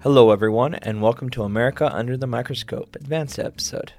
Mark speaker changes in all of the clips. Speaker 1: Hello, everyone, and welcome to America Under the Microscope Advanced Episode.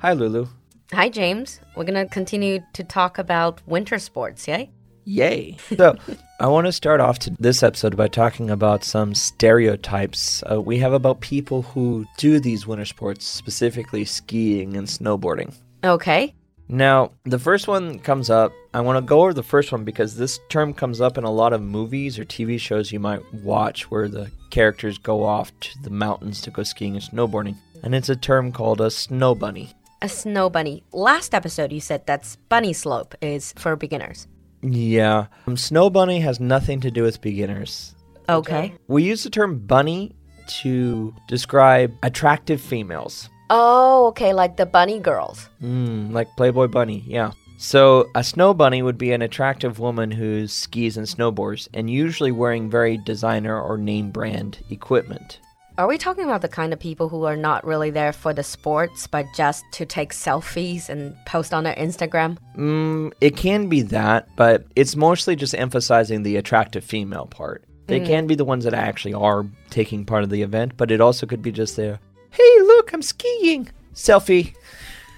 Speaker 1: Hi, Lulu.
Speaker 2: Hi, James. We're going to continue to talk about winter sports, yay?
Speaker 1: Yay. So, I want to start off to this episode by talking about some stereotypes uh, we have about people who do these winter sports, specifically skiing and snowboarding.
Speaker 2: Okay.
Speaker 1: Now, the first one comes up. I want to go over the first one because this term comes up in a lot of movies or TV shows you might watch where the characters go off to the mountains to go skiing and snowboarding. And it's a term called a snow bunny.
Speaker 2: A snow bunny. Last episode, you said that's bunny slope is for beginners.
Speaker 1: Yeah. Um, snow bunny has nothing to do with beginners.
Speaker 2: Okay.
Speaker 1: We use the term bunny to describe attractive females,
Speaker 2: Oh, okay. Like the bunny girls.
Speaker 1: mm, like Playboy Bunny. Yeah. So, a snow bunny would be an attractive woman who skis and snowboards and usually wearing very designer or name brand equipment.
Speaker 2: Are we talking about the kind of people who are not really there for the sports, but just to take selfies and post on their Instagram?
Speaker 1: Mm, it can be that, but it's mostly just emphasizing the attractive female part. They
Speaker 2: Mm.
Speaker 1: can be the ones that actually are taking part of the event, but it also could be just there. Hey, look, I'm skiing. Selfie.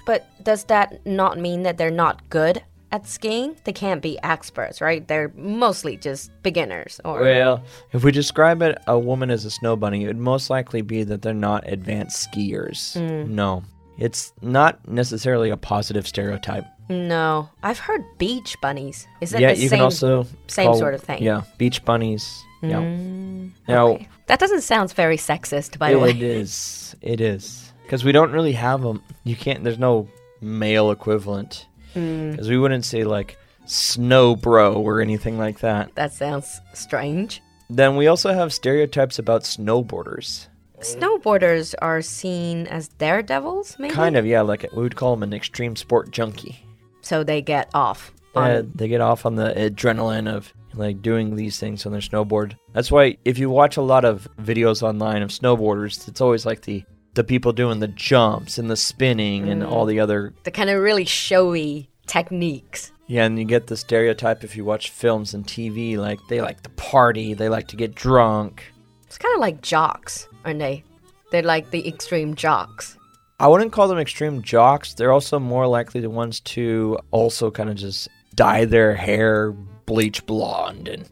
Speaker 2: But does that not mean that they're not good at skiing? They can't be experts, right? They're mostly just beginners or
Speaker 1: Well, if we describe it a woman as a snow bunny, it would most likely be that they're not advanced skiers.
Speaker 2: Mm.
Speaker 1: No. It's not necessarily a positive stereotype.
Speaker 2: No, I've heard beach bunnies. Is that
Speaker 1: yeah,
Speaker 2: the
Speaker 1: you
Speaker 2: same?
Speaker 1: can also
Speaker 2: same
Speaker 1: call-
Speaker 2: sort of thing. Mm,
Speaker 1: Yeah, beach bunnies. yeah. Now,
Speaker 2: Okay. That doesn't sound very sexist, by the
Speaker 1: it
Speaker 2: way.
Speaker 1: is. It is. Because we don't really have them. You can't, there's no male equivalent. Because we wouldn't say like snow bro or anything like that.
Speaker 2: That sounds strange.
Speaker 1: Then we also have stereotypes about snowboarders.
Speaker 2: Snowboarders are seen as daredevils, maybe?
Speaker 1: Kind of, yeah. Like we would call them an extreme sport junkie.
Speaker 2: So they get off. on-
Speaker 1: Uh, they get off on the adrenaline of like doing these things on their snowboard. That's why if you watch a lot of videos online of snowboarders, it's always like the the people doing the jumps and the spinning and all the other
Speaker 2: the kind of really showy techniques.
Speaker 1: yeah. And you get the stereotype if you watch films and TV, like they like to party, they like to get drunk.
Speaker 2: It's kind of like jocks, aren't they? They're like the extreme jocks.
Speaker 1: I wouldn't call them extreme jocks. They're also more likely the ones to also kind of just dye their hair bleach blonde and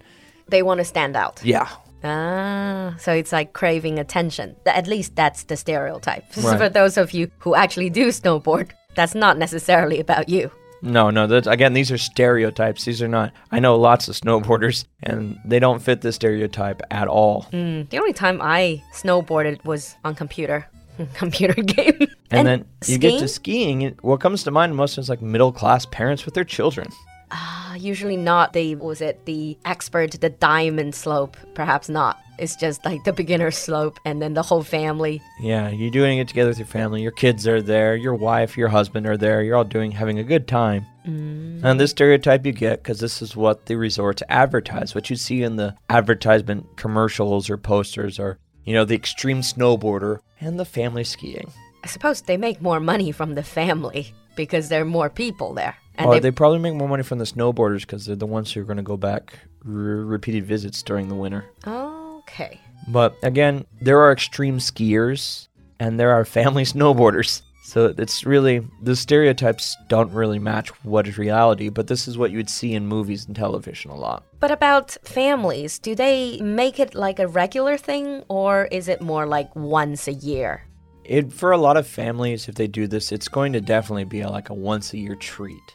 Speaker 2: They want to stand out.
Speaker 1: yeah.
Speaker 2: Ah, so it's like craving attention. Th- At least that's the stereotype.
Speaker 1: Right.
Speaker 2: For those of you who actually do snowboard, that's not necessarily about you.
Speaker 1: No, no. That's, again, these are stereotypes. These are not. I know lots of snowboarders, and they don't fit this stereotype at all.
Speaker 2: The only time I snowboarded was on computer, computer game.
Speaker 1: And, then you get to
Speaker 2: skiing?
Speaker 1: skiing. and What comes to mind most is like middle class parents with their children.
Speaker 2: Ah, usually not the what was it the expert the diamond slope? Perhaps not. It's just like the beginner slope, and then the whole family.
Speaker 1: Yeah, you're doing it together with your family. Your kids are there. Your wife, your husband are there. You're all doing having a good time.
Speaker 2: Mm.
Speaker 1: And this stereotype you get because this is what the resorts advertise. What you see in the advertisement commercials or posters are, you know, the extreme snowboarder and the family skiing.
Speaker 2: I suppose they make more money from the family because there are more people there, and
Speaker 1: Or
Speaker 2: they,
Speaker 1: they probably make more money from the snowboarders because they're the ones who are going to go back r- repeated visits during the winter.
Speaker 2: okay.
Speaker 1: But again, there are extreme skiers and there are family snowboarders. So it's really, the stereotypes don't really match what is reality, but this is what you would see in movies and television a lot.
Speaker 2: But about families, do they make it like a regular thing, or is it more like once a year?
Speaker 1: It, for a lot of families, if they do this, it's going to definitely be a, like a once a year treat.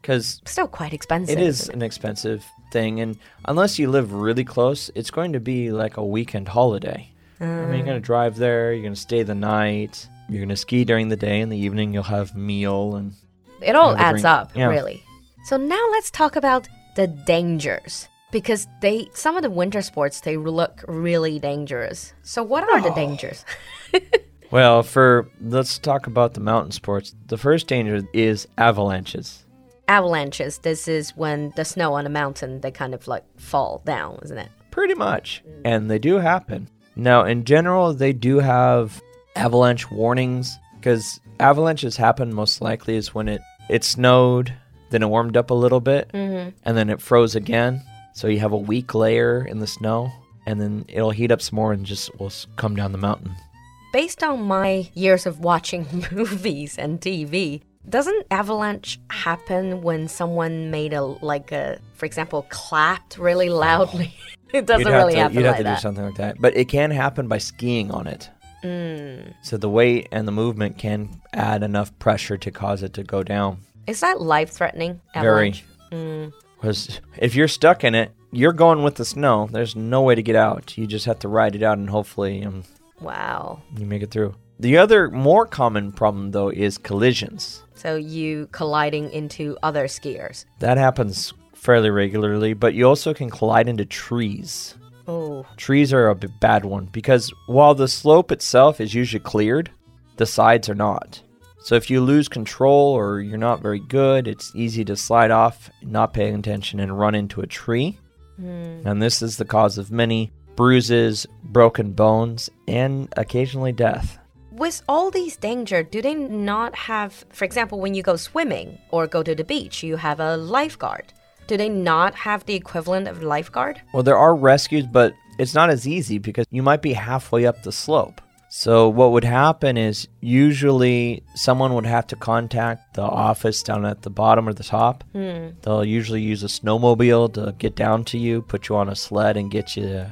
Speaker 1: Because
Speaker 2: Still quite expensive.
Speaker 1: It is an expensive thing, and unless you live really close, it's going to be like a weekend holiday. I mean, you're going to drive there, you're going to stay the night, you're going to ski during the day, in the evening you'll have meal, and
Speaker 2: It all
Speaker 1: Have a
Speaker 2: adds
Speaker 1: drink.
Speaker 2: up,
Speaker 1: Yeah.
Speaker 2: really. So now let's talk about the dangers because they some of the winter sports they look really dangerous. So what are
Speaker 1: Oh.
Speaker 2: the dangers?
Speaker 1: well, for let's talk about the mountain sports. The first danger is avalanches.
Speaker 2: Avalanches. This is when the snow on a mountain they kind of like fall down, isn't it?
Speaker 1: Pretty much. And they do happen. Now, in general, they do have avalanche warnings because avalanches happen most likely is when it, it snowed, then it warmed up a little bit, and then it froze again. So you have a weak layer in the snow. and then it'll heat up some more and just will s- come down the mountain.
Speaker 2: Based on my years of watching movies and TV, doesn't avalanche happen when someone made a like a for example clapped really loudly? it doesn't
Speaker 1: Oh. you'd have
Speaker 2: really
Speaker 1: to,
Speaker 2: happen
Speaker 1: You'd
Speaker 2: like
Speaker 1: have to
Speaker 2: that.
Speaker 1: do something like that, but it can happen by skiing on it.
Speaker 2: Mm.
Speaker 1: So the weight and the movement can add enough pressure to cause it to go down.
Speaker 2: Is that life threatening?
Speaker 1: Very.
Speaker 2: Mm.
Speaker 1: Because if you're stuck in it, you're going with the snow. There's no way to get out. You just have to ride it out, and hopefully, um,
Speaker 2: Wow.
Speaker 1: you make it through. The other more common problem though is collisions.
Speaker 2: So you colliding into other skiers.
Speaker 1: That happens fairly regularly, but you also can collide into trees.
Speaker 2: Oh,
Speaker 1: Trees are a b- bad one because while the slope itself is usually cleared, the sides are not. So if you lose control or you're not very good, it's easy to slide off, not paying attention, and run into a tree. And this is the cause of many bruises, broken bones, and occasionally death.
Speaker 2: with all these danger, do they not have, for example, when you go swimming or go to the beach, you have a lifeguard? Do they not have the equivalent of lifeguard?
Speaker 1: Well, there are rescues, but it's not as easy because you might be halfway up the slope. So, what would happen is usually someone would have to contact the office down at the bottom or the top. They'll usually use a snowmobile to get down to you, put you on a sled, and get you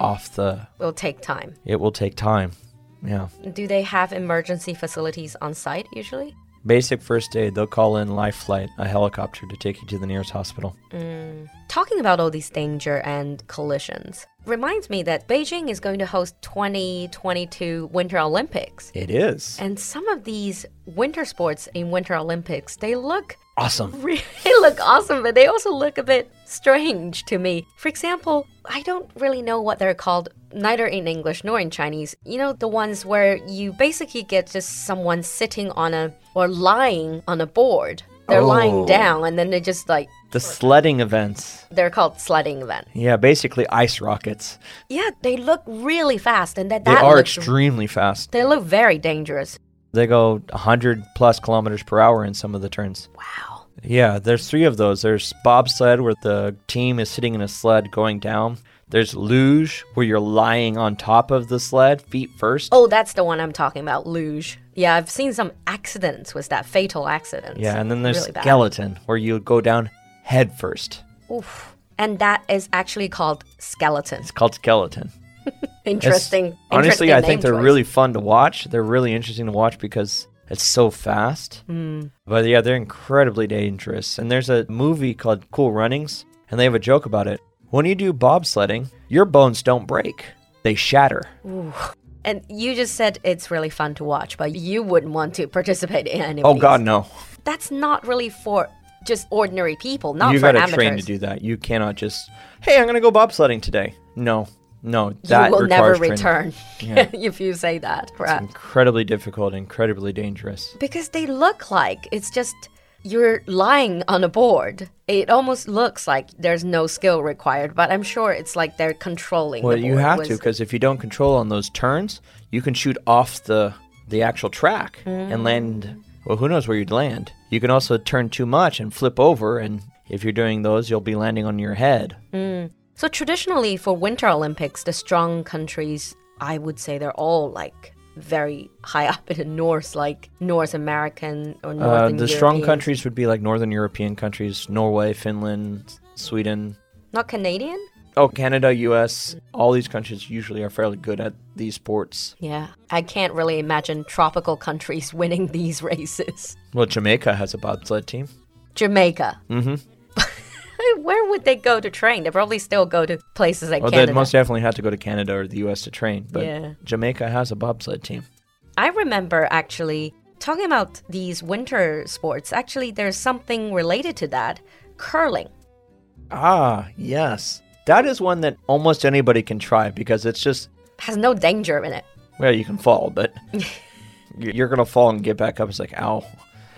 Speaker 1: off the.
Speaker 2: Will take time.
Speaker 1: It will take time. Yeah.
Speaker 2: Do they have emergency facilities on site usually?
Speaker 1: Basic first aid, they'll call in Life Flight, a helicopter, to take you to the nearest hospital.
Speaker 2: Talking about all these danger and collisions reminds me that Beijing is going to host 2022 Winter Olympics.
Speaker 1: It is.
Speaker 2: And some of these winter sports in Winter Olympics, they look
Speaker 1: Awesome.
Speaker 2: really look awesome, but they also look a bit strange to me. For example, I don't really know what they're called, neither in English nor in Chinese. You know, the ones where you basically get just someone sitting on a or lying on a board. They're lying
Speaker 1: Oh.
Speaker 2: down and then they just like
Speaker 1: The sledding events.
Speaker 2: they're called sledding event.
Speaker 1: Yeah, basically ice rockets.
Speaker 2: Yeah, they look really fast and that,
Speaker 1: They
Speaker 2: that
Speaker 1: are
Speaker 2: looks,
Speaker 1: extremely fast.
Speaker 2: they look very dangerous.
Speaker 1: They go 100 plus kilometers per hour in some of the turns.
Speaker 2: Wow.
Speaker 1: Yeah, there's three of those. There's bobsled, where the team is sitting in a sled going down. There's luge, where you're lying on top of the sled, feet first.
Speaker 2: Oh, that's the one I'm talking about, luge. Yeah, I've seen some accidents with that fatal accidents.
Speaker 1: yeah, and then there's
Speaker 2: really bad.
Speaker 1: skeleton, where you go down head first.
Speaker 2: Oof. And that is actually called skeleton.
Speaker 1: It's called skeleton. It's-
Speaker 2: Interesting.
Speaker 1: honestly,
Speaker 2: interesting
Speaker 1: I think
Speaker 2: name
Speaker 1: they're
Speaker 2: choice.
Speaker 1: really fun to watch. They're really interesting to watch because it's so fast.
Speaker 2: Hmm.
Speaker 1: But yeah, they're incredibly dangerous. And there's a movie called Cool Runnings, and they have a joke about it. When you do bobsledding, your bones don't break; they shatter.
Speaker 2: And you just said it's really fun to watch, but you wouldn't want to participate in any. of
Speaker 1: Oh
Speaker 2: these.
Speaker 1: God, no!
Speaker 2: That's not really for just ordinary people, not
Speaker 1: you
Speaker 2: for
Speaker 1: got to
Speaker 2: amateurs.
Speaker 1: train to do that. You cannot just, hey, I'm gonna go bobsledding today. No, no, that
Speaker 2: you will never
Speaker 1: requires training. Yeah.
Speaker 2: return if you say that,
Speaker 1: It's
Speaker 2: right?
Speaker 1: incredibly difficult, incredibly dangerous.
Speaker 2: Because they look like it's just you're lying on a board. It almost looks like there's no skill required, but I'm sure it's like they're controlling.
Speaker 1: Well,
Speaker 2: the
Speaker 1: you
Speaker 2: board
Speaker 1: have
Speaker 2: with-
Speaker 1: to because if you don't control on those turns, you can shoot off the the actual track
Speaker 2: Hmm.
Speaker 1: and land. Well, who knows where you'd land? You can also turn too much and flip over, and if you're doing those, you'll be landing on your head.
Speaker 2: So traditionally for Winter Olympics, the strong countries, I would say they're all like very high up in the north, like North American or Northern
Speaker 1: Uh, the strong
Speaker 2: European-
Speaker 1: countries would be like northern European countries: Norway, Finland, Sweden.
Speaker 2: Not Canadian?
Speaker 1: Oh, Canada, U.S. All these countries usually are fairly good at these sports.
Speaker 2: Yeah. I can't really imagine tropical countries winning these races.
Speaker 1: Well, Jamaica has a bobsled team.
Speaker 2: Jamaica. Mm-hmm. Where would they go to train? They probably still go to places like
Speaker 1: Well,
Speaker 2: Canada.
Speaker 1: they'd most definitely have to go to Canada or the U.S. to train, but
Speaker 2: Yeah.
Speaker 1: Jamaica has a bobsled team.
Speaker 2: I remember actually talking about these winter sports. Actually, there's something related to that. Curling.
Speaker 1: Ah, yes. That is one that almost anybody can try because it's just,
Speaker 2: Has no danger in it.
Speaker 1: well, you can fall, but y- you're going to fall and get back up. It's like, ow.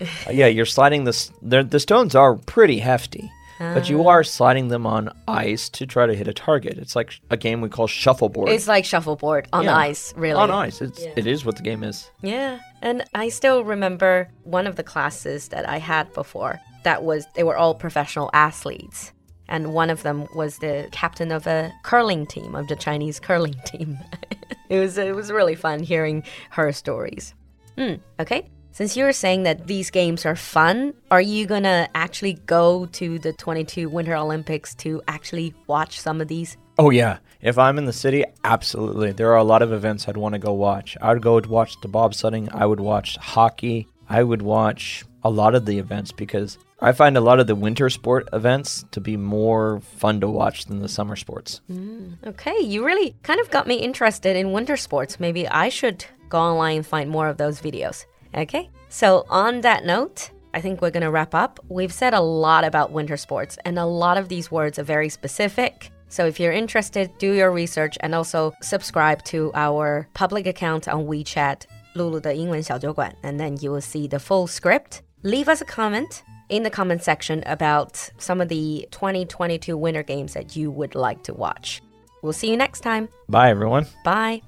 Speaker 1: Uh, yeah, you're sliding this. they're- The stones are pretty hefty, but you
Speaker 2: Ah.
Speaker 1: are sliding them on ice to try to hit a target. It's like a game we call shuffleboard.
Speaker 2: It's like shuffleboard on
Speaker 1: Yeah.
Speaker 2: ice, really.
Speaker 1: On ice. It's, It is what the game is.
Speaker 2: Yeah. And I still remember one of the classes that I had before that was they were all professional athletes. And one of them was the captain of a curling team, of the Chinese curling team. it, was, it was really fun hearing her stories. Hmm, okay. Since you were saying that these games are fun, are you gonna actually go to the 22 Winter Olympics to actually watch some of these?
Speaker 1: Oh, yeah. If I'm in the city, absolutely. There are a lot of events I'd want to go watch. I would go to watch the bobsledding, I would watch hockey, I would watch a lot of the events because I find a lot of the winter sport events to be more fun to watch than the summer sports.
Speaker 2: Okay, you really kind of got me interested in winter sports. Maybe I should go online and find more of those videos. Okay, so on that note, I think we're gonna wrap up. We've said a lot about winter sports, and a lot of these words are very specific. So if you're interested, do your research and also subscribe to our public account on WeChat, Lulu 的英文小酒馆, and then you will see the full script. Leave us a comment in the comment section about some of the 2022 Winter Games that you would like to watch. We'll see you next time.
Speaker 1: Bye, everyone.
Speaker 2: Bye.